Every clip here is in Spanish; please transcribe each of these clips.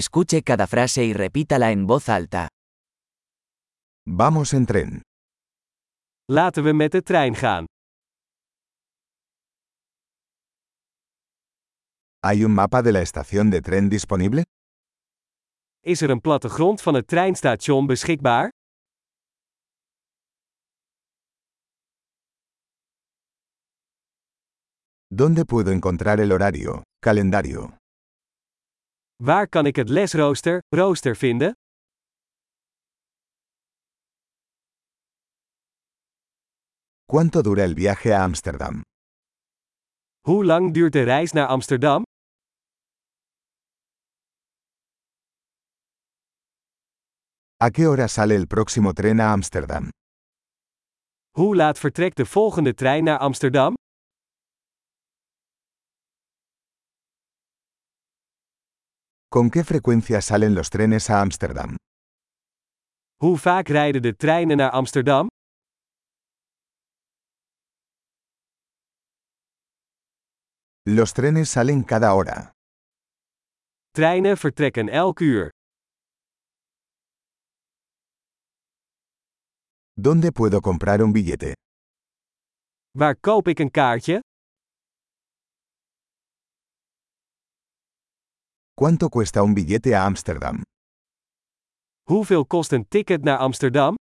Escuche cada frase y repítala en voz alta. Vamos en tren. Laten we met de trein gaan. ¿Hay un mapa de la estación de tren disponible? Is er een plattegrond van het treinstation beschikbaar? ¿Dónde puedo encontrar el horario, calendario? Waar kan ik het lesrooster, rooster vinden? ¿Cuánto dura el viaje a Ámsterdam? Hoe lang duurt de reis naar Amsterdam? ¿A qué hora sale el próximo tren a Ámsterdam? Hoe laat vertrekt de volgende trein naar Amsterdam? ¿Con qué frecuencia salen los trenes a Ámsterdam? Hoe vaak rijden de treinen naar Amsterdam? Los trenes salen cada hora. Treinen vertrekken elk uur. ¿Dónde puedo comprar un billete? Waar koop ik een kaartje? ¿Cuánto cuesta un billete a Ámsterdam? Hoeveel kost een ticket naar Amsterdam?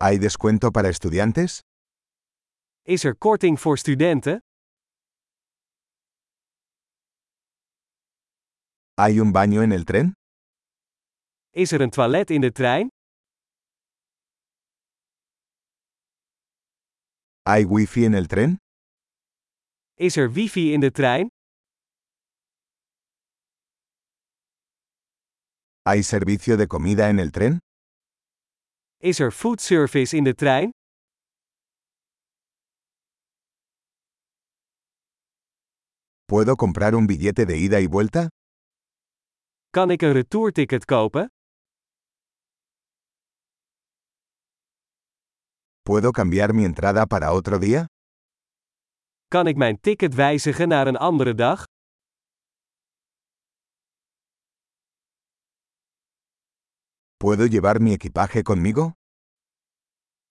¿Hay descuento para estudiantes? Is er korting voor studenten? ¿Hay un baño en el tren? Is er een toilet in de trein? ¿Hay wifi en el tren? Is er wifi in de trein? ¿Hay servicio de comida en el tren? Is er foodservice in de trein? ¿Puedo comprar un billete de ida y vuelta? Kan ik een retourticket kopen? ¿Puedo cambiar mi entrada para otro día? Kan ik mijn ticket wijzigen naar een andere dag? ¿Puedo llevar mi equipaje conmigo?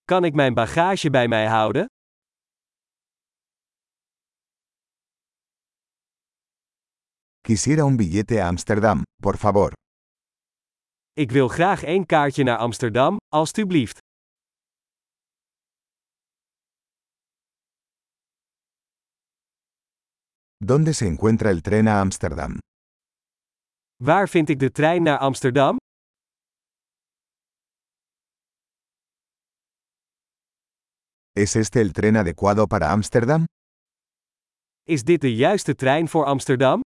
Kan ik mijn bagage bij mij houden? Quisiera un billete a Ámsterdam, por favor. Ik wil graag één kaartje naar Amsterdam, alstublieft. ¿Dónde se encuentra el tren a Ámsterdam? Waar vind ik de trein naar Amsterdam? ¿Es este el tren adecuado para Ámsterdam? Is dit de juiste trein voor Amsterdam?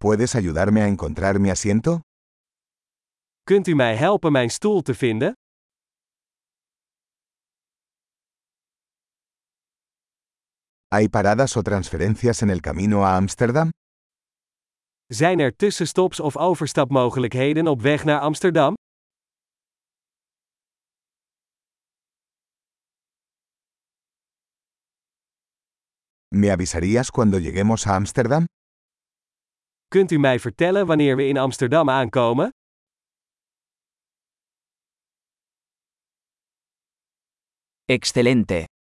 ¿Puedes ayudarme a encontrar mi asiento? Kunt u mij helpen mijn stoel te vinden? ¿Hay paradas o transferencias en el camino a Ámsterdam? Zijn er tussenstops of overstapmogelijkheden op weg naar Amsterdam? ¿Me avisarías cuando lleguemos a Ámsterdam? Kunt u mij vertellen wanneer we in Amsterdam aankomen? Excelente.